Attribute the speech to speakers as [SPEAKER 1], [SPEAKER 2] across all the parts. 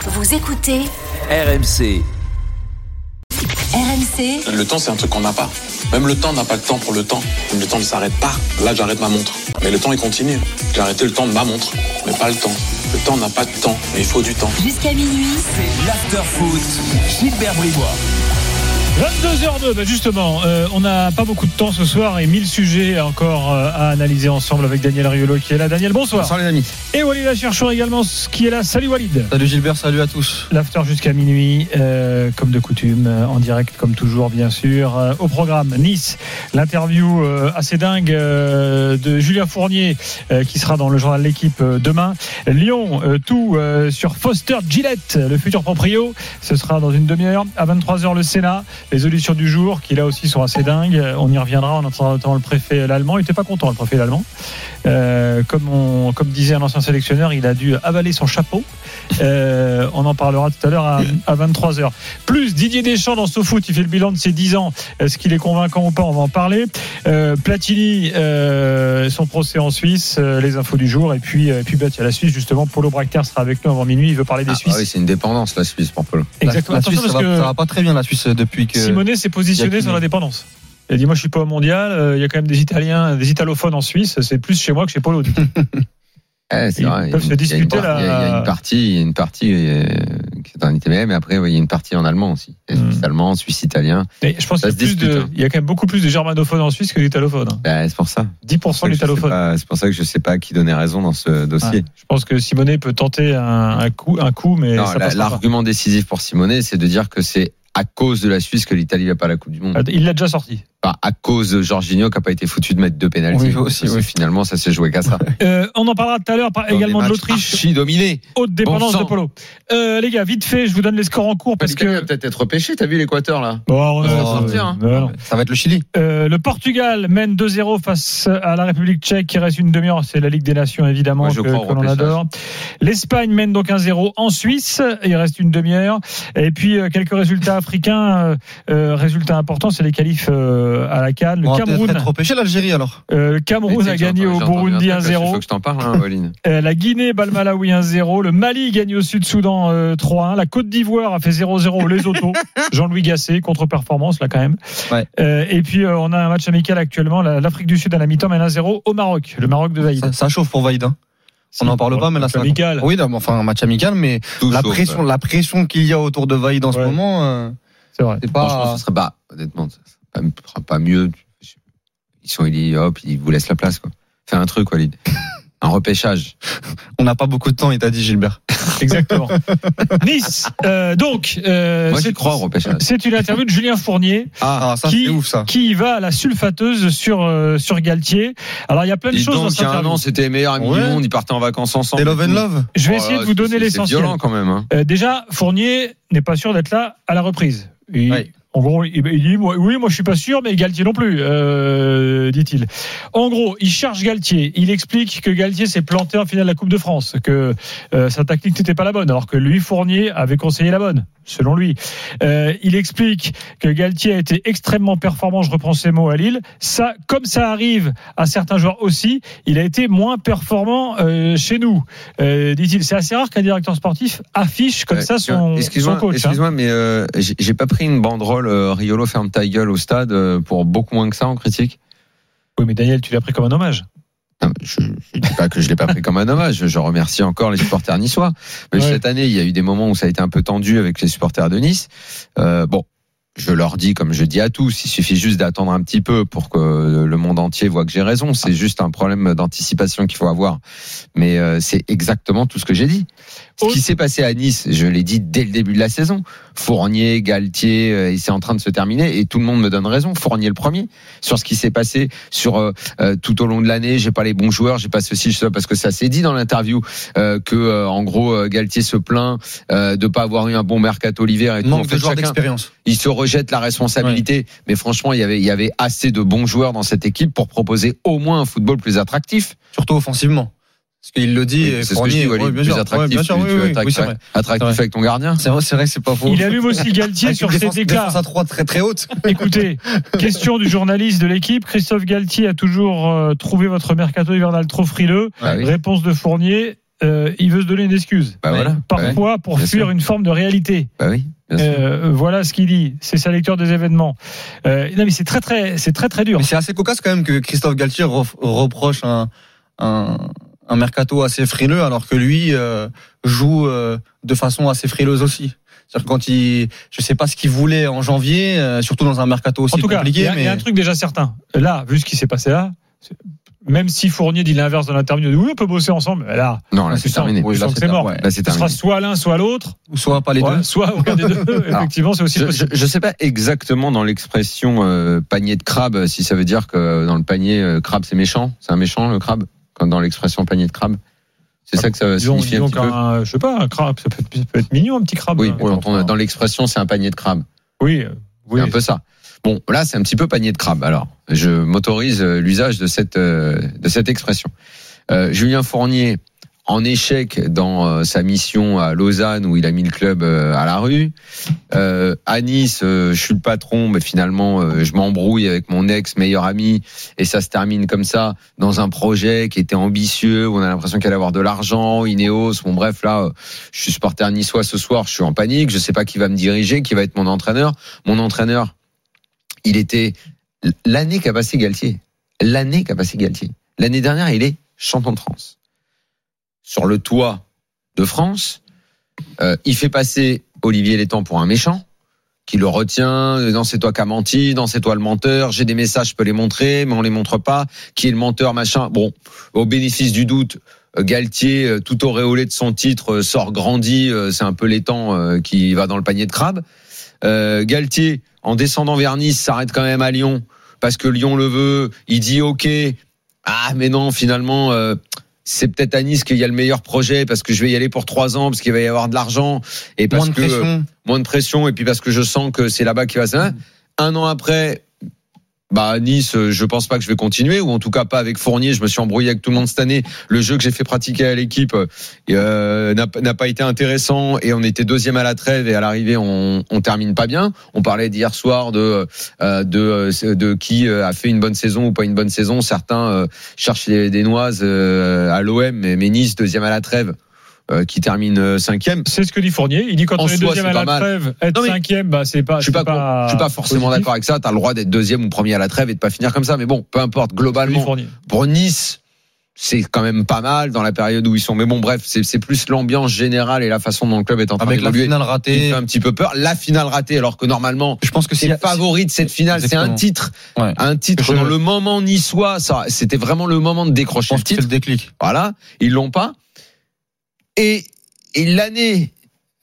[SPEAKER 1] Vous écoutez
[SPEAKER 2] RMC.
[SPEAKER 1] RMC
[SPEAKER 3] Le temps, c'est un truc qu'on n'a pas. Même le temps n'a pas le temps pour le temps. Le temps ne s'arrête pas. Là, j'arrête ma montre. Mais le temps, il continue. J'ai arrêté le temps de ma montre, mais pas le temps. Le temps n'a pas de temps, mais il faut du temps.
[SPEAKER 1] jusqu'à minuit.
[SPEAKER 2] L'afterfoot, Gilbert Bribois.
[SPEAKER 4] 22h02, bah justement, euh, on n'a pas beaucoup de temps ce soir et 1000 sujets encore euh, à analyser ensemble avec Daniel Riolo qui est là. Daniel, bonsoir.
[SPEAKER 5] Bonsoir les amis.
[SPEAKER 4] Et Walid Lacherchour également ce qui est là. Salut Walid.
[SPEAKER 5] Salut Gilbert, salut à tous.
[SPEAKER 4] L'after jusqu'à minuit, euh, comme de coutume, euh, en direct comme toujours bien sûr. Euh, au programme Nice, l'interview euh, assez dingue euh, de Julien Fournier euh, qui sera dans le journal L'équipe euh, demain. Lyon, euh, tout euh, sur Foster Gillette, le futur proprio. Ce sera dans une demi-heure. À 23h le Sénat, les solutions du jour qui là aussi sont assez dingues. On y reviendra, on entendra notamment le préfet l'allemand. Il n'était pas content le préfet l'allemand. Euh, comme, on, comme disait un ancien sélectionneur, il a dû avaler son chapeau. Euh, on en parlera tout à l'heure à, 23h. Plus Didier Deschamps dans ce foot, il fait le bilan de ses 10 ans. Est-ce qu'il est convaincant ou pas On va en parler. Euh, Platini, euh, son procès en Suisse, euh, les infos du jour. Et puis, euh, et puis bah, tiens, la Suisse, justement, Polo Bracter sera avec nous avant minuit. Il veut parler des
[SPEAKER 6] Ah,
[SPEAKER 4] Suisses.
[SPEAKER 6] ah oui, c'est une dépendance la Suisse pour Polo.
[SPEAKER 4] Exactement.
[SPEAKER 5] La, la
[SPEAKER 4] Attention
[SPEAKER 5] Suisse, ça,
[SPEAKER 4] parce
[SPEAKER 5] va,
[SPEAKER 4] que
[SPEAKER 5] ça va pas très bien la Suisse depuis que.
[SPEAKER 4] Simonet s'est
[SPEAKER 5] y
[SPEAKER 4] positionné
[SPEAKER 5] a qui-
[SPEAKER 4] sur la dépendance. Il a dit Moi, je suis pas au mondial. euh, Il y a quand même des Italiens, des italophones en Suisse. C'est plus chez moi que chez Polo. dit.
[SPEAKER 6] Eh, c'est
[SPEAKER 4] Ils
[SPEAKER 6] vrai,
[SPEAKER 4] peuvent
[SPEAKER 6] il y
[SPEAKER 4] se
[SPEAKER 6] a une
[SPEAKER 4] disputer,
[SPEAKER 6] part-
[SPEAKER 4] là.
[SPEAKER 6] Il y, a- il y a une partie, il y a une partie euh, qui est en ITBM, et après ouais, il y a une partie en allemand aussi. Et
[SPEAKER 4] Hmm.
[SPEAKER 6] Suisse allemand, Suisse italien.
[SPEAKER 4] Mais je pense qu'il y,
[SPEAKER 6] Ça
[SPEAKER 4] a
[SPEAKER 6] se
[SPEAKER 4] plus
[SPEAKER 6] dispute,
[SPEAKER 4] de-
[SPEAKER 6] hein.
[SPEAKER 4] il y a quand même beaucoup plus de germanophones en Suisse que d'italophones. hein.
[SPEAKER 6] Bah, c'est pour ça.
[SPEAKER 4] 10%
[SPEAKER 6] C'est pour ça que je sais
[SPEAKER 4] d'italophones.
[SPEAKER 6] pas- c'est pour ça que je sais pas à qui donner raison dans ce dossier.
[SPEAKER 4] Ouais. Je pense que Simonet peut tenter un, un coup, un coup, mais
[SPEAKER 6] Non,
[SPEAKER 4] ça
[SPEAKER 6] la-
[SPEAKER 4] passera pas.
[SPEAKER 6] L'argument décisif pour Simonet, c'est de dire que c'est à cause de la Suisse que l'Italie va pas à la Coupe du Monde.
[SPEAKER 4] Ah, Il l'a déjà sorti.
[SPEAKER 6] Pas à cause de Jorginho qui a pas été foutu de mettre deux pénalités.
[SPEAKER 5] Oui, aussi, oui.
[SPEAKER 6] Finalement, ça s'est joué qu'à ça.
[SPEAKER 4] Euh, on en parlera tout à l'heure par-
[SPEAKER 6] Dans
[SPEAKER 4] également
[SPEAKER 6] des
[SPEAKER 4] de
[SPEAKER 6] matchs
[SPEAKER 4] l'Autriche,
[SPEAKER 6] archi-dominés.
[SPEAKER 4] haute dépendance
[SPEAKER 6] Bon sang.
[SPEAKER 4] de Polo. Euh, les gars, vite fait, je vous donne les scores en cours parce
[SPEAKER 6] L'Italie va
[SPEAKER 4] que.
[SPEAKER 6] peut-être être repêché. T'as vu l'Équateur là
[SPEAKER 4] Bon,
[SPEAKER 6] va
[SPEAKER 4] euh,
[SPEAKER 6] s'en sortir, hein.
[SPEAKER 4] non, non.
[SPEAKER 5] Ça va être le Chili.
[SPEAKER 4] Euh, le Portugal mène 2-0 face à la République tchèque. Il reste une demi-heure. C'est la Ligue des Nations, évidemment,
[SPEAKER 6] Moi,
[SPEAKER 4] que,
[SPEAKER 6] je crois au
[SPEAKER 4] que l'on
[SPEAKER 6] repêchage.
[SPEAKER 4] adore. L'Espagne mène donc 1-0 en Suisse. Il reste une demi-heure. Et puis, euh, quelques résultats africains. Euh, euh, résultats importants, c'est les qualifs euh, à la Cannes.
[SPEAKER 5] On
[SPEAKER 4] Le
[SPEAKER 5] va peut-être
[SPEAKER 4] Cameroun,
[SPEAKER 5] être repêché l'Algérie alors.
[SPEAKER 4] euh, le
[SPEAKER 6] Mais
[SPEAKER 4] Cameroun
[SPEAKER 6] tu sais
[SPEAKER 4] a
[SPEAKER 6] que j'ai
[SPEAKER 4] gagné
[SPEAKER 6] entendu-
[SPEAKER 4] au
[SPEAKER 6] j'ai entendu
[SPEAKER 4] Burundi
[SPEAKER 6] un truc là-dessus, Faut
[SPEAKER 4] 1-0.
[SPEAKER 6] que je t'en parle, hein, Pauline.
[SPEAKER 4] Euh, la Guinée bat le Malawi 1-0. Le Mali gagne au Sud-Soudan euh, 3-1. La Côte d'Ivoire a fait 0-0 au Lesotho. Jean-Louis Gasset, contre-performance là quand même.
[SPEAKER 5] Ouais.
[SPEAKER 4] Euh, et puis euh, on a un match amical actuellement. La- L'Afrique du Sud à la mi-temps mène 1-0 au Maroc. Le Maroc de Vaïd.
[SPEAKER 5] Ça, ça chauffe pour Vaïd. hein. On n'en parle pas, mais là
[SPEAKER 4] Match
[SPEAKER 5] c'est un-
[SPEAKER 4] amical.
[SPEAKER 5] Oui, non, mais enfin un match amical, mais
[SPEAKER 6] Tout
[SPEAKER 5] la
[SPEAKER 6] sauf,
[SPEAKER 5] pression,
[SPEAKER 6] euh,
[SPEAKER 5] la pression qu'il y a autour de Vaïd en ce
[SPEAKER 4] Ouais.
[SPEAKER 5] moment, euh,
[SPEAKER 4] C'est vrai.
[SPEAKER 5] c'est
[SPEAKER 6] Franchement,
[SPEAKER 5] pas.
[SPEAKER 6] ce serait pas. Honnêtement, ça serait pas, pas mieux. Ils sont élus, hop, ils vous laissent la place, quoi. Fais un truc, Walid. un repêchage.
[SPEAKER 5] On n'a pas beaucoup de temps, il t'a dit Gilbert.
[SPEAKER 4] Exactement. nice. Euh, donc, euh,
[SPEAKER 6] Moi,
[SPEAKER 4] c'est-
[SPEAKER 6] j'y crois au repêchage.
[SPEAKER 4] c'est une interview de Julien Fournier
[SPEAKER 5] Ah, ça
[SPEAKER 4] qui-
[SPEAKER 5] c'est ouf ça.
[SPEAKER 4] qui va à la sulfateuse sur, euh, sur Galtier. Alors, il y a plein de
[SPEAKER 6] Dis
[SPEAKER 4] choses dans
[SPEAKER 6] donc, il
[SPEAKER 4] cette
[SPEAKER 6] y a un
[SPEAKER 4] interview.
[SPEAKER 6] an, c'était les meilleurs amis
[SPEAKER 5] Ouais.
[SPEAKER 6] du monde. Ils partaient en vacances ensemble.
[SPEAKER 5] Des love
[SPEAKER 6] et
[SPEAKER 5] and
[SPEAKER 6] tout.
[SPEAKER 5] love.
[SPEAKER 4] Je vais
[SPEAKER 6] Oh là
[SPEAKER 4] essayer de
[SPEAKER 6] là,
[SPEAKER 4] vous donner
[SPEAKER 6] c'est- C'est
[SPEAKER 4] l'essentiel.
[SPEAKER 6] violent, quand même. hein.
[SPEAKER 4] Euh, déjà, Fournier n'est pas sûr d'être là à la reprise. Il-
[SPEAKER 5] Oui.
[SPEAKER 4] En gros, il, il dit moi, oui, moi je suis pas sûr, mais Galtier non plus, euh, dit-il. En gros, il charge Galtier. Il explique que Galtier s'est planté en finale de la Coupe de France, que euh, sa tactique n'était pas la bonne, alors que lui, Fournier, avait conseillé la bonne, selon lui. Euh, il explique que Galtier a été extrêmement performant. Je reprends ses mots à Lille. Ça, comme ça arrive à certains joueurs aussi, il a été moins performant euh, chez nous, euh, dit-il. C'est assez rare qu'un directeur sportif affiche comme
[SPEAKER 6] Ouais.
[SPEAKER 4] ça
[SPEAKER 6] Tiens,
[SPEAKER 4] son, son
[SPEAKER 6] Excuse-moi,
[SPEAKER 4] coach. hein.
[SPEAKER 6] excuse-moi, mais euh, j'ai j'ai pas pris une banderole euh, Riolo ferme ta gueule au stade euh, pour beaucoup moins que ça en critique.
[SPEAKER 4] Oui, mais Daniel, tu l'as pris comme un hommage.
[SPEAKER 6] Non, mais Je, je dis pas que je l'ai pas pris comme un hommage. Je- Je remercie encore les supporters niçois. Mais
[SPEAKER 4] Ouais.
[SPEAKER 6] cette année, il y a eu des moments où ça a été un peu tendu avec les supporters de Nice. Euh, bon, je leur dis comme je dis à tous, il suffit juste d'attendre un petit peu pour que le monde entier voit que j'ai raison. C'est juste un problème d'anticipation qu'il faut avoir. Mais euh, c'est exactement tout ce que j'ai dit. Ce qui s'est passé à Nice, je l'ai dit dès le début de la saison. Fournier, Galtier, euh, et c'est en train de se terminer et tout le monde me donne raison. Fournier le premier sur ce qui s'est passé sur euh, euh, tout au long de l'année. J'ai pas les bons joueurs, j'ai pas ceci, je sais pas parce que ça s'est dit dans l'interview euh, que euh, en gros euh, Galtier se plaint euh, de pas avoir eu un bon mercato l'hiver et tout. En
[SPEAKER 5] Manque
[SPEAKER 6] fait,
[SPEAKER 5] de joueurs
[SPEAKER 6] chacun-
[SPEAKER 5] d'expérience.
[SPEAKER 6] il se rejette la responsabilité. Mais franchement, il y avait il y avait assez de bons joueurs dans cette équipe pour proposer au moins un football plus attractif.
[SPEAKER 5] Surtout offensivement. Parce qu'il le dit,
[SPEAKER 6] C'est ce que je dis,
[SPEAKER 5] Fournier,
[SPEAKER 6] Walid,
[SPEAKER 5] ouais, bien
[SPEAKER 6] plus
[SPEAKER 5] sûr, ouais,
[SPEAKER 6] attractif,
[SPEAKER 5] bien sûr,
[SPEAKER 6] tu-
[SPEAKER 5] oui,
[SPEAKER 6] tu
[SPEAKER 5] oui,
[SPEAKER 6] attaques-
[SPEAKER 5] oui, c'est vrai.
[SPEAKER 6] attractif
[SPEAKER 5] C'est vrai.
[SPEAKER 6] avec ton gardien.
[SPEAKER 5] C'est vrai, c'est vrai, c'est pas faux.
[SPEAKER 4] Il allume aussi Galtier Ah,
[SPEAKER 5] Avec
[SPEAKER 4] sur
[SPEAKER 5] une
[SPEAKER 4] ses
[SPEAKER 5] défense, défense
[SPEAKER 4] déclats.
[SPEAKER 5] à 3 très très haute.
[SPEAKER 4] Écoutez, question du journaliste de l'équipe. Christophe Galtier a toujours euh, trouvé votre mercato hivernal trop frileux.
[SPEAKER 6] Ah oui.
[SPEAKER 4] Réponse de Fournier. euh, il veut se donner une excuse.
[SPEAKER 6] Bah voilà. Bah
[SPEAKER 4] Parfois pour
[SPEAKER 6] bien
[SPEAKER 4] fuir
[SPEAKER 6] sûr.
[SPEAKER 4] une forme de réalité.
[SPEAKER 6] Bah oui. bien sûr.
[SPEAKER 4] Euh, voilà ce qu'il dit. C'est sa lecture des événements. Euh, non mais c'est très très c'est très très dur.
[SPEAKER 5] Mais c'est assez cocasse quand même que Christophe Galtier ref- reproche un, un, un mercato assez frileux, alors que lui euh, joue euh, de façon assez frileuse aussi. C'est-à-dire que quand il, je sais pas ce qu'il voulait en janvier, euh, surtout dans un mercato aussi
[SPEAKER 4] En tout cas, il
[SPEAKER 5] compliqué,
[SPEAKER 4] y, a- il
[SPEAKER 5] mais
[SPEAKER 4] y a un truc déjà certain. Là, vu ce qui s'est passé là, c'est- même si Fournier dit l'inverse dans l'interview, il dit oui, on peut bosser ensemble. mais Là,
[SPEAKER 6] Non, là
[SPEAKER 4] tu
[SPEAKER 6] c'est
[SPEAKER 4] sens-
[SPEAKER 6] terminé.
[SPEAKER 4] tu
[SPEAKER 5] Oui, là,
[SPEAKER 4] sens que
[SPEAKER 5] c'est
[SPEAKER 4] Ah, c'est
[SPEAKER 5] terminé.
[SPEAKER 4] mort.
[SPEAKER 5] Ouais.
[SPEAKER 6] Là c'est
[SPEAKER 4] Ce sera
[SPEAKER 6] terminé.
[SPEAKER 4] soit l'un, soit l'autre,
[SPEAKER 5] soit pas les
[SPEAKER 4] Ouais,
[SPEAKER 5] deux.
[SPEAKER 4] soit aucun des deux. Effectivement, c'est aussi
[SPEAKER 6] Je, je,
[SPEAKER 4] possible.
[SPEAKER 6] je sais pas exactement dans l'expression euh, panier de crabe si ça veut dire que dans le panier euh, crabe c'est méchant, c'est un méchant le crabe. Quand dans l'expression panier de crabe, c'est ça que ça
[SPEAKER 4] Ah, Disons,
[SPEAKER 6] signifie Euh, un
[SPEAKER 4] disons
[SPEAKER 6] petit peu.
[SPEAKER 4] qu'un, je sais pas, un crabe, ça peut, ça peut être mignon, un petit crabe.
[SPEAKER 6] Oui,
[SPEAKER 4] hein.
[SPEAKER 6] quand on a- dans l'expression c'est un panier de crabe.
[SPEAKER 4] oui, euh, oui.
[SPEAKER 6] C'est un peu ça. Bon, là, c'est un petit peu panier de crabe. Alors, je m'autorise euh, l'usage de cette euh, de cette expression. Euh, Julien Fournier en échec dans euh, sa mission à Lausanne où il a mis le club euh, à la rue. Euh, à Nice, euh, je suis le patron, mais finalement, euh, je m'embrouille avec mon ex meilleur ami et ça se termine comme ça dans un projet qui était ambitieux. Où on a l'impression qu'elle allait avoir de l'argent, Ineos. Bon, bref, là, euh, je suis supporter niçois ce soir, je suis en panique, je sais pas qui va me diriger, qui va être mon entraîneur mon entraîneur, il était l'année qu'a passé Galtier. L'année qu'a passé Galtier. L'année dernière, il est champion de France. Sur le toit de France, euh, il fait passer Olivier Létang pour un méchant, qui le retient. Non, c'est toi qui as menti, non, c'est toi le menteur. J'ai des messages, je peux les montrer, mais on les montre pas. Qui est le menteur, machin. Bon, au bénéfice du doute. euh, Galtier, euh, tout auréolé de son titre, euh, sort grandi. euh, C'est un peu l'étang euh, qui va dans le panier de crabe. Euh, Galtier, en descendant vers Nice, s'arrête quand même à Lyon parce que Lyon le veut. Il dit OK. Ah, mais non, finalement, euh, c'est peut-être à Nice qu'il y a le meilleur projet parce que je vais y aller pour trois ans, parce qu'il va y avoir de l'argent et parce
[SPEAKER 5] Moins de
[SPEAKER 6] que
[SPEAKER 5] pression.
[SPEAKER 6] moins de pression et puis parce que je sens que c'est là-bas qu'il va se. Un an après. Bah, à Nice, euh, je pense pas que je vais continuer, ou en tout cas pas avec Fournier. Je me suis embrouillé avec tout le monde cette année. Le jeu que j'ai fait pratiquer à l'équipe euh, n'a n'a pas été intéressant et on était deuxième à la trêve et à l'arrivée on, on termine pas bien. On parlait d'hier soir de euh, de euh, de qui euh, a fait une bonne saison ou pas une bonne saison. Certains euh, cherchent des, des noises euh, à l'OM, mais, mais Nice deuxième à la trêve euh, qui termine euh, cinquième.
[SPEAKER 4] C'est ce que dit Fournier. Il dit quand
[SPEAKER 6] En
[SPEAKER 4] on est
[SPEAKER 6] soi,
[SPEAKER 4] deuxième
[SPEAKER 6] c'est
[SPEAKER 4] à la
[SPEAKER 6] pas mal.
[SPEAKER 4] trêve, être
[SPEAKER 6] Non, mais
[SPEAKER 4] cinquième, bah, c'est pas.
[SPEAKER 6] je suis
[SPEAKER 4] c'est
[SPEAKER 6] pas, con- je suis pas forcément
[SPEAKER 4] positif.
[SPEAKER 6] d'accord avec ça. T'as le droit d'être deuxième ou premier à la trêve et de pas finir comme ça. Mais bon, peu importe.
[SPEAKER 4] Ce que dit
[SPEAKER 6] Globalement,
[SPEAKER 4] Fournier.
[SPEAKER 6] pour Nice, c'est quand même pas mal dans la période où ils sont. Mais bon, bref, c'est c'est plus l'ambiance générale et la façon dont le club est en train
[SPEAKER 5] Avec Ah, la
[SPEAKER 6] d'évoluer.
[SPEAKER 5] finale
[SPEAKER 6] qui fait
[SPEAKER 5] ratée.
[SPEAKER 6] un petit peu peur. La finale ratée, alors que normalement,
[SPEAKER 5] Je pense que
[SPEAKER 6] c'est
[SPEAKER 5] si,
[SPEAKER 6] le favori de cette finale. C'est
[SPEAKER 5] Exactement.
[SPEAKER 6] un titre,
[SPEAKER 5] Ouais.
[SPEAKER 6] un titre.
[SPEAKER 5] Je-
[SPEAKER 6] Dans le moment niçois, ça, c'était vraiment le moment de
[SPEAKER 5] je
[SPEAKER 6] décrocher
[SPEAKER 5] pense
[SPEAKER 6] le
[SPEAKER 5] que c'est
[SPEAKER 6] titre.
[SPEAKER 5] le déclic.
[SPEAKER 6] Voilà, ils l'ont pas. Et, et l'année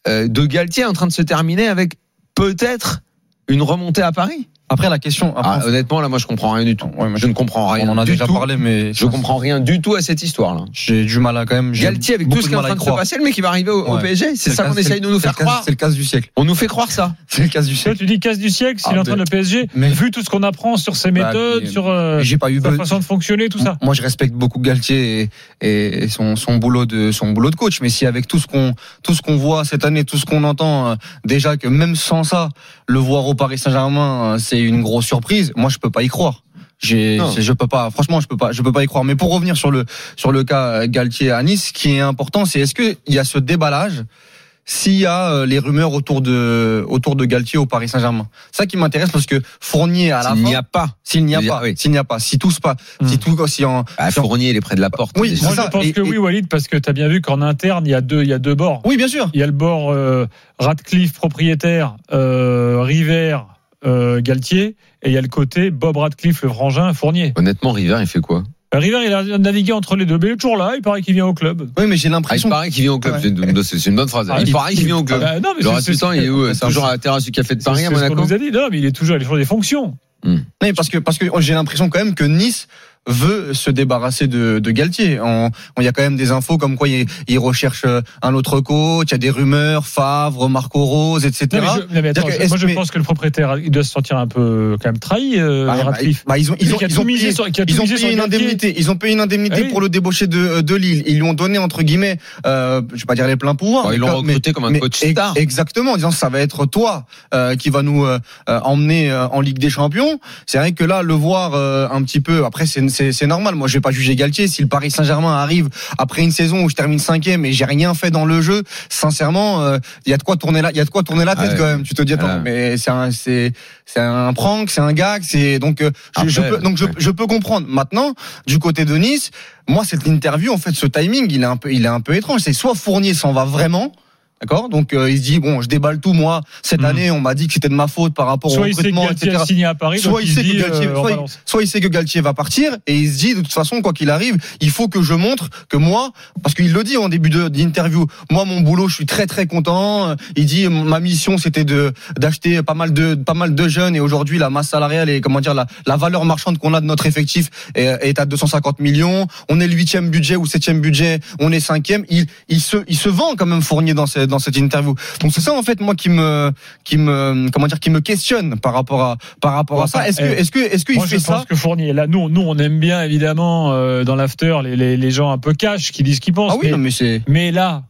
[SPEAKER 6] euh, de Galtier est en train de se terminer avec peut-être une remontée à Paris.
[SPEAKER 5] Après la question,
[SPEAKER 6] Ah,
[SPEAKER 5] après,
[SPEAKER 6] honnêtement, là, moi, je comprends rien du tout.
[SPEAKER 5] Ouais, moi,
[SPEAKER 6] je ne comprends rien.
[SPEAKER 5] on en a
[SPEAKER 6] du
[SPEAKER 5] déjà
[SPEAKER 6] tout.
[SPEAKER 5] parlé, mais
[SPEAKER 6] Je comprends rien du tout à cette histoire-là.
[SPEAKER 5] J'ai du mal à quand même. j'ai
[SPEAKER 6] Galtier, avec tout
[SPEAKER 5] beaucoup
[SPEAKER 6] ce qui est en
[SPEAKER 5] mal à
[SPEAKER 6] train
[SPEAKER 5] y
[SPEAKER 6] de se
[SPEAKER 5] croire.
[SPEAKER 6] passer, le mec, il va arriver au, au
[SPEAKER 5] Ouais.
[SPEAKER 6] PSG. C'est ça
[SPEAKER 5] le
[SPEAKER 6] qu'on
[SPEAKER 5] cas-
[SPEAKER 6] essaye de nous
[SPEAKER 5] c'est le
[SPEAKER 6] faire
[SPEAKER 5] cas-
[SPEAKER 6] croire.
[SPEAKER 5] C'est le casse du siècle.
[SPEAKER 6] On nous fait croire ça.
[SPEAKER 5] C'est le casse du
[SPEAKER 4] Toi,
[SPEAKER 5] siècle.
[SPEAKER 4] tu dis casse du siècle s'il
[SPEAKER 5] Ah,
[SPEAKER 4] entraîne
[SPEAKER 5] mais-
[SPEAKER 4] le PSG.
[SPEAKER 5] mais-
[SPEAKER 4] vu tout ce qu'on apprend sur ses
[SPEAKER 5] Bah,
[SPEAKER 4] méthodes,
[SPEAKER 5] mais-
[SPEAKER 4] sur euh,
[SPEAKER 5] J'ai pas eu
[SPEAKER 4] sa
[SPEAKER 5] be-
[SPEAKER 4] façon de fonctionner, tout ça.
[SPEAKER 5] Moi, je respecte beaucoup Galtier et, et- et son, son boulot de son boulot de coach. Mais si avec tout ce qu'on tout ce qu'on voit cette année, tout ce qu'on entend euh, déjà que même sans ça, le voir au Paris Saint-Germain, euh, c'est une grosse surprise. Moi, je peux pas y croire. J'ai,
[SPEAKER 6] Non.
[SPEAKER 5] j'ai- je peux pas. Franchement, je peux pas. Je peux pas y croire. Mais pour revenir sur le sur le cas euh, Galtier à Nice, ce qui est important, c'est est-ce que il y a ce déballage s'il y a euh, les rumeurs autour de autour de Galtier au Paris Saint-Germain. Ça qui m'intéresse parce que Fournier à la
[SPEAKER 6] Il n'y
[SPEAKER 5] fin,
[SPEAKER 6] a pas.
[SPEAKER 5] s'il n'y a
[SPEAKER 6] Il y a-
[SPEAKER 5] pas,
[SPEAKER 6] oui.
[SPEAKER 5] s'il n'y a pas, si tout se passe,
[SPEAKER 4] Hmm.
[SPEAKER 5] si tout si en
[SPEAKER 6] Ah, Fournier, il est près de la porte.
[SPEAKER 5] Oui,
[SPEAKER 6] déjà.
[SPEAKER 5] c'est
[SPEAKER 4] Moi,
[SPEAKER 5] ça.
[SPEAKER 4] je pense
[SPEAKER 5] Et-
[SPEAKER 4] que
[SPEAKER 5] et-
[SPEAKER 4] oui, Walid, parce que tu as bien vu qu'en interne, il y a deux, il y a deux bords.
[SPEAKER 5] Oui, bien sûr.
[SPEAKER 4] Il y a le bord euh, Radcliffe, propriétaire, euh, River, euh, Galtier, et il y a le côté Bob Radcliffe, le frangin, Fournier.
[SPEAKER 6] Honnêtement, River, il fait quoi
[SPEAKER 4] Euh, River, il a navigué entre les deux, mais il est toujours là, il paraît qu'il vient au club.
[SPEAKER 5] Oui, mais j'ai
[SPEAKER 6] Ah, il
[SPEAKER 5] l'impression.
[SPEAKER 6] paraît qu'il vient au club.
[SPEAKER 5] Ouais.
[SPEAKER 6] C'est une- C'est une bonne phrase.
[SPEAKER 4] Ah,
[SPEAKER 6] il
[SPEAKER 4] il-
[SPEAKER 6] paraît qu'il vient au
[SPEAKER 4] Ah
[SPEAKER 6] club.
[SPEAKER 4] bah, non, mais
[SPEAKER 6] Le
[SPEAKER 4] c'est-
[SPEAKER 6] reste
[SPEAKER 4] c'est-
[SPEAKER 6] du temps, il est où euh,
[SPEAKER 4] c'est-
[SPEAKER 6] C'est toujours à la terrasse du café de Paris,
[SPEAKER 4] c'est
[SPEAKER 6] à
[SPEAKER 4] ce qu'on
[SPEAKER 6] Monaco
[SPEAKER 4] nous a dit. Non, mais il est toujours, il est toujours des fonctions.
[SPEAKER 5] Non, parce que parce que oh, j'ai l'impression quand même que Nice veut se débarrasser de, de Galtier. On- on- Il y a quand même des infos comme quoi il, il recherche euh, un autre coach. Il y a des rumeurs, Favre, Marco Rose, etc.
[SPEAKER 4] Non, mais je, non, mais attends,
[SPEAKER 5] C'est-à-dire que
[SPEAKER 4] je- moi, je
[SPEAKER 5] est-ce-
[SPEAKER 4] pense que le propriétaire, il doit se sentir un peu quand même trahi, euh,
[SPEAKER 5] Bah, bah,
[SPEAKER 4] Radcliffe.
[SPEAKER 5] bah, ils ont ils ont
[SPEAKER 4] Qui a
[SPEAKER 5] ils
[SPEAKER 4] tout
[SPEAKER 5] ont
[SPEAKER 4] misé
[SPEAKER 5] payé-
[SPEAKER 4] sur- qui a tout
[SPEAKER 5] ils ont
[SPEAKER 4] misé sur
[SPEAKER 5] payé une
[SPEAKER 4] Galtier.
[SPEAKER 5] indemnité. Ils ont payé une
[SPEAKER 4] Ah
[SPEAKER 5] indemnité
[SPEAKER 4] oui.
[SPEAKER 5] pour le débauché de, de Lille. Ils lui ont donné entre guillemets, euh, je vais pas dire les pleins pouvoirs.
[SPEAKER 4] Bah,
[SPEAKER 6] Bon,
[SPEAKER 5] mais
[SPEAKER 6] Ils l'ont
[SPEAKER 5] quand- mais-
[SPEAKER 6] recruté comme un
[SPEAKER 5] Mais
[SPEAKER 6] coach
[SPEAKER 5] ex-
[SPEAKER 6] star.
[SPEAKER 5] Exactement, en disant ça va être toi euh, qui va nous euh, euh, emmener euh, en Ligue des Champions. C'est vrai que là, le voir euh, un petit peu, après c'est c'est c'est normal. Moi, je vais pas juger Galtier. Si le Paris Saint-Germain arrive après une saison où je termine cinquième et j'ai rien fait dans le jeu, sincèrement, euh, il y a de quoi tourner là, il y a de quoi tourner la
[SPEAKER 6] Ah
[SPEAKER 5] tête
[SPEAKER 6] ouais.
[SPEAKER 5] quand même. Tu te dis attends,
[SPEAKER 6] Ah.
[SPEAKER 5] mais c'est un, c'est c'est un prank, c'est un gag, c'est donc euh, je, je
[SPEAKER 6] Après,
[SPEAKER 5] peux, donc je,
[SPEAKER 6] ouais.
[SPEAKER 5] je peux comprendre. Maintenant, du côté de Nice, moi cette interview, en fait, ce timing, il est un peu, il est un peu étrange. C'est soit Fournier s'en va vraiment. D'accord Donc euh, il se dit bon je déballe tout moi cette
[SPEAKER 4] Mhm.
[SPEAKER 5] année on m'a dit que c'était de ma faute par rapport au
[SPEAKER 4] Soit il sait que
[SPEAKER 5] recrutement
[SPEAKER 4] Galtier
[SPEAKER 5] etc
[SPEAKER 4] a signé à Paris,
[SPEAKER 5] soit
[SPEAKER 4] donc
[SPEAKER 5] il, sait
[SPEAKER 4] dit,
[SPEAKER 5] que Galtier,
[SPEAKER 4] euh, on
[SPEAKER 5] soit, il-
[SPEAKER 4] balance.
[SPEAKER 5] soit il sait que Galtier va partir et il se dit de toute façon quoi qu'il arrive il faut que je montre que moi parce qu'il le dit en début de- d'interview moi mon boulot je suis très très content Euh, il dit mon- ma mission c'était de d'acheter pas mal de pas mal de jeunes et aujourd'hui la masse salariale et comment dire la, la valeur marchande qu'on a de notre effectif est, est à 250 millions on est le huitième budget ou septième budget on est cinquième il il se il se vend quand même Fournier dans cette dans cette interview donc c'est ça en fait moi qui me qui me comment dire qui me questionne par rapport à par rapport à
[SPEAKER 4] Enfin,
[SPEAKER 5] ça est-ce que
[SPEAKER 4] euh,
[SPEAKER 5] est-ce que est-ce qu'il
[SPEAKER 4] Moi,
[SPEAKER 5] fait
[SPEAKER 4] je pense
[SPEAKER 5] ça
[SPEAKER 4] que Fournier, là, nous, nous, on aime bien, évidemment, euh, dans l'after, les, les, les gens un peu cash qui disent ce qu'ils pensent.
[SPEAKER 5] Ah oui,
[SPEAKER 4] mais,
[SPEAKER 5] non mais c'est
[SPEAKER 4] mais là,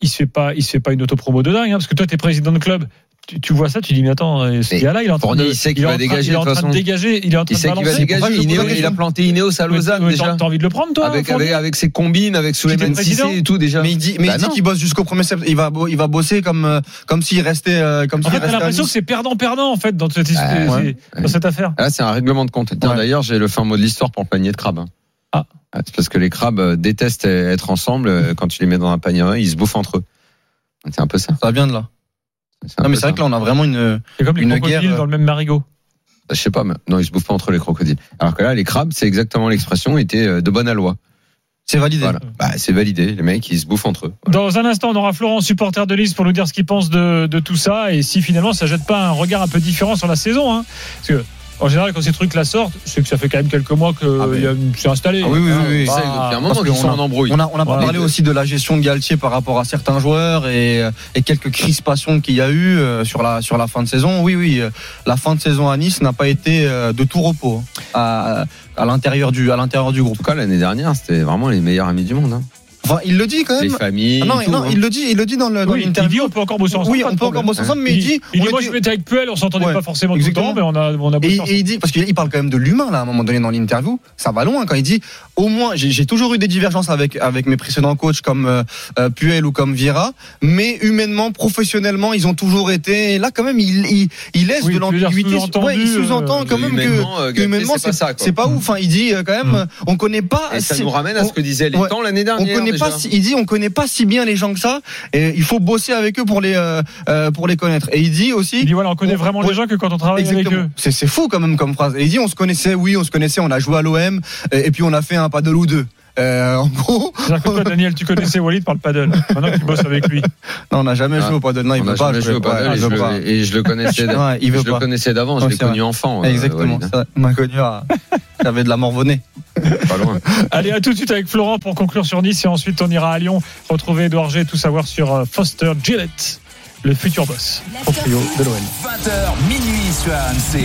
[SPEAKER 4] il se fait pas, il se fait pas une autopromo de dingue, hein, parce que toi, t'es président de club. Tu, tu vois ça, tu dis, mais attends, euh, ce
[SPEAKER 6] Mais
[SPEAKER 4] gars-là, il est en train
[SPEAKER 6] Fournier,
[SPEAKER 4] de.
[SPEAKER 6] il sait qu'il
[SPEAKER 4] est
[SPEAKER 6] va
[SPEAKER 4] en train-
[SPEAKER 6] dégager,
[SPEAKER 4] Il est en
[SPEAKER 6] de
[SPEAKER 4] train
[SPEAKER 6] toute
[SPEAKER 4] de
[SPEAKER 6] façon.
[SPEAKER 4] dégager, il est en train
[SPEAKER 6] Il
[SPEAKER 4] de
[SPEAKER 6] sait qu'il va
[SPEAKER 4] balancer.
[SPEAKER 5] Pourquoi
[SPEAKER 6] dégager.
[SPEAKER 5] je vous pose
[SPEAKER 6] Ineos,
[SPEAKER 5] la
[SPEAKER 6] il
[SPEAKER 5] question
[SPEAKER 6] a planté Ineos à
[SPEAKER 4] Mais
[SPEAKER 6] Lausanne
[SPEAKER 4] t'as-
[SPEAKER 6] déjà.
[SPEAKER 4] T'as envie de le prendre, toi
[SPEAKER 6] Avec,
[SPEAKER 4] Fournier
[SPEAKER 6] avec, avec ses combines, avec Souleymane
[SPEAKER 4] J'étais président.
[SPEAKER 6] Cissé et tout déjà.
[SPEAKER 5] mais il dit mais
[SPEAKER 6] Bah
[SPEAKER 5] il dit
[SPEAKER 6] non.
[SPEAKER 5] qu'il bosse jusqu'au 1er septembre, il va bo- il va bosser comme euh, comme s'il restait euh, comme
[SPEAKER 4] En
[SPEAKER 5] s'il
[SPEAKER 4] fait, t'as
[SPEAKER 5] restait à
[SPEAKER 4] l'impression que
[SPEAKER 5] Nice.
[SPEAKER 4] c'est perdant-perdant, en fait, dans cette,
[SPEAKER 6] Ouais,
[SPEAKER 4] c'est-
[SPEAKER 6] ouais.
[SPEAKER 4] dans cette affaire.
[SPEAKER 6] Ah, c'est un règlement de compte. Tiens,
[SPEAKER 5] Ouais.
[SPEAKER 6] D'ailleurs, j'ai le fin mot de l'histoire pour le panier de crabe. hein.
[SPEAKER 4] Ah.
[SPEAKER 6] C'est parce que les crabes euh, détestent être ensemble. euh, Quand tu les mets dans un panier, ils se bouffent entre eux. C'est un peu ça.
[SPEAKER 5] ça vient de là.
[SPEAKER 6] un
[SPEAKER 5] Non mais
[SPEAKER 6] peu
[SPEAKER 5] c'est vrai
[SPEAKER 6] ça.
[SPEAKER 5] que là on a vraiment une
[SPEAKER 4] C'est comme les
[SPEAKER 5] Une
[SPEAKER 4] crocodiles
[SPEAKER 5] guerre, euh,
[SPEAKER 4] dans le même marigot.
[SPEAKER 6] Je sais pas, mais non, ils se bouffent pas entre les crocodiles. Alors que là, les crabes, c'est exactement l'expression, était euh, de bonne loi.
[SPEAKER 5] c'est validé.
[SPEAKER 6] Voilà. Bah, c'est validé. Les mecs, ils se bouffent entre eux. Voilà.
[SPEAKER 4] Dans un instant, on aura Florent, supporter de Nice, pour nous dire ce qu'il pense de, de tout ça et si finalement ça jette pas un regard un peu différent sur la saison. Hein. Parce que, en général, quand ces trucs-la sortent, c'est que ça fait quand même quelques mois que
[SPEAKER 6] Ah, mais-
[SPEAKER 4] il y a- c'est installé.
[SPEAKER 5] Ah oui oui oui. oui.
[SPEAKER 6] Ils
[SPEAKER 4] bah,
[SPEAKER 6] savent depuis un moment
[SPEAKER 5] parce
[SPEAKER 6] qu'ils
[SPEAKER 5] qu'on
[SPEAKER 6] sont
[SPEAKER 5] a-
[SPEAKER 6] en embrouille.
[SPEAKER 5] On a, on a
[SPEAKER 4] Voilà.
[SPEAKER 5] parlé aussi de la gestion de Galtier par rapport à certains joueurs et, euh, et quelques crispations qu'il y a eu euh, sur la, sur la fin de saison. Oui, oui, euh, la fin de saison à Nice n'a pas été euh, de tout repos hein, à, à l'intérieur du, à l'intérieur du
[SPEAKER 6] En
[SPEAKER 5] groupe.
[SPEAKER 6] tout cas, l'année dernière, c'était vraiment les meilleurs amis du monde. hein.
[SPEAKER 5] Enfin, il le dit quand
[SPEAKER 6] Les
[SPEAKER 5] même.
[SPEAKER 6] familles.
[SPEAKER 5] Ah non,
[SPEAKER 6] et tout,
[SPEAKER 5] non,
[SPEAKER 6] hein.
[SPEAKER 5] il le dit, il le dit dans le- dans
[SPEAKER 4] Oui, il dit
[SPEAKER 5] l'interview.
[SPEAKER 4] on peut encore bosser ensemble.
[SPEAKER 5] Oui,
[SPEAKER 4] pas
[SPEAKER 5] on
[SPEAKER 4] de
[SPEAKER 5] peut encore
[SPEAKER 4] problème.
[SPEAKER 5] bosser ensemble, mais il dit.
[SPEAKER 4] Il
[SPEAKER 5] on
[SPEAKER 4] dit, moi
[SPEAKER 5] était-
[SPEAKER 4] je m'étais avec Puel, on s'entendait
[SPEAKER 5] Ouais,
[SPEAKER 4] pas forcément
[SPEAKER 5] exactement.
[SPEAKER 4] tout le temps, mais on a, on a
[SPEAKER 5] Et,
[SPEAKER 4] bossé ensemble.
[SPEAKER 5] et il dit, parce qu'il parle quand même de l'humain là à un moment donné dans l'interview, ça va loin quand il dit, au moins j'ai j'ai toujours eu des divergences avec avec mes précédents coachs comme euh, euh, Puel ou comme Vieira, mais humainement, professionnellement, ils ont toujours été. et là quand même, il il, il laisse
[SPEAKER 4] Oui,
[SPEAKER 5] de
[SPEAKER 4] je veux dire,
[SPEAKER 5] l'ambiguïté.
[SPEAKER 4] sous-entendu,
[SPEAKER 5] Ouais, il sous-entend
[SPEAKER 4] euh,
[SPEAKER 5] quand même que
[SPEAKER 6] humainement, euh, Galtier,
[SPEAKER 5] humainement
[SPEAKER 6] c'est pas ça. quoi.
[SPEAKER 5] c'est pas ouf. Hein. Il dit euh, quand même,
[SPEAKER 4] Mm.
[SPEAKER 5] euh, on connaît pas.
[SPEAKER 6] Et ça
[SPEAKER 5] si-
[SPEAKER 6] nous ramène à ce
[SPEAKER 5] on-
[SPEAKER 6] que disaient les
[SPEAKER 5] ouais.
[SPEAKER 6] temps l'année
[SPEAKER 5] on
[SPEAKER 6] dernière.
[SPEAKER 5] connaît
[SPEAKER 6] déjà.
[SPEAKER 5] pas si, il dit on connaît pas si bien les gens que ça et il faut bosser avec eux pour les euh, euh, pour les connaître et il dit aussi
[SPEAKER 4] Il dit voilà, on connaît
[SPEAKER 5] on-
[SPEAKER 4] vraiment
[SPEAKER 5] on-
[SPEAKER 4] les gens que quand on travaille Ah avec
[SPEAKER 5] Exactement.
[SPEAKER 4] eux.
[SPEAKER 5] C'est c'est fou quand même comme phrase. Et il dit on se connaissait, oui, on se connaissait, on a joué à l'OM et, et puis on a fait un paddle ou deux. Euh, en gros,
[SPEAKER 4] C'est-à-dire que toi, Daniel, tu connaissais Walid par le paddle. Maintenant que tu bosses avec lui.
[SPEAKER 5] non, on n'a jamais
[SPEAKER 6] Ah.
[SPEAKER 5] joué au paddle. Non, il
[SPEAKER 6] On
[SPEAKER 5] veut
[SPEAKER 6] a
[SPEAKER 5] pas.
[SPEAKER 6] jamais joué au paddle
[SPEAKER 5] Ouais,
[SPEAKER 6] et
[SPEAKER 5] il
[SPEAKER 6] je
[SPEAKER 5] veut pas.
[SPEAKER 6] le- et je le connaissais d'avant.
[SPEAKER 5] Ouais, il veut
[SPEAKER 6] Je le
[SPEAKER 5] pas.
[SPEAKER 6] connaissais d'avant, je
[SPEAKER 5] Ouais,
[SPEAKER 6] l'ai
[SPEAKER 5] c'est vrai.
[SPEAKER 6] connu enfant. euh,
[SPEAKER 5] Exactement.
[SPEAKER 6] Walid, hein.
[SPEAKER 5] ça, On m'a connu à. J'avais de la morvonnée.
[SPEAKER 6] Pas loin.
[SPEAKER 4] Allez, à tout de suite avec Florent pour conclure sur Nice et ensuite on ira à Lyon retrouver Edouard G et tout savoir sur euh, Foster Gillette, le futur boss, proprio de l'OL.
[SPEAKER 2] 20h, minuit sur AMC.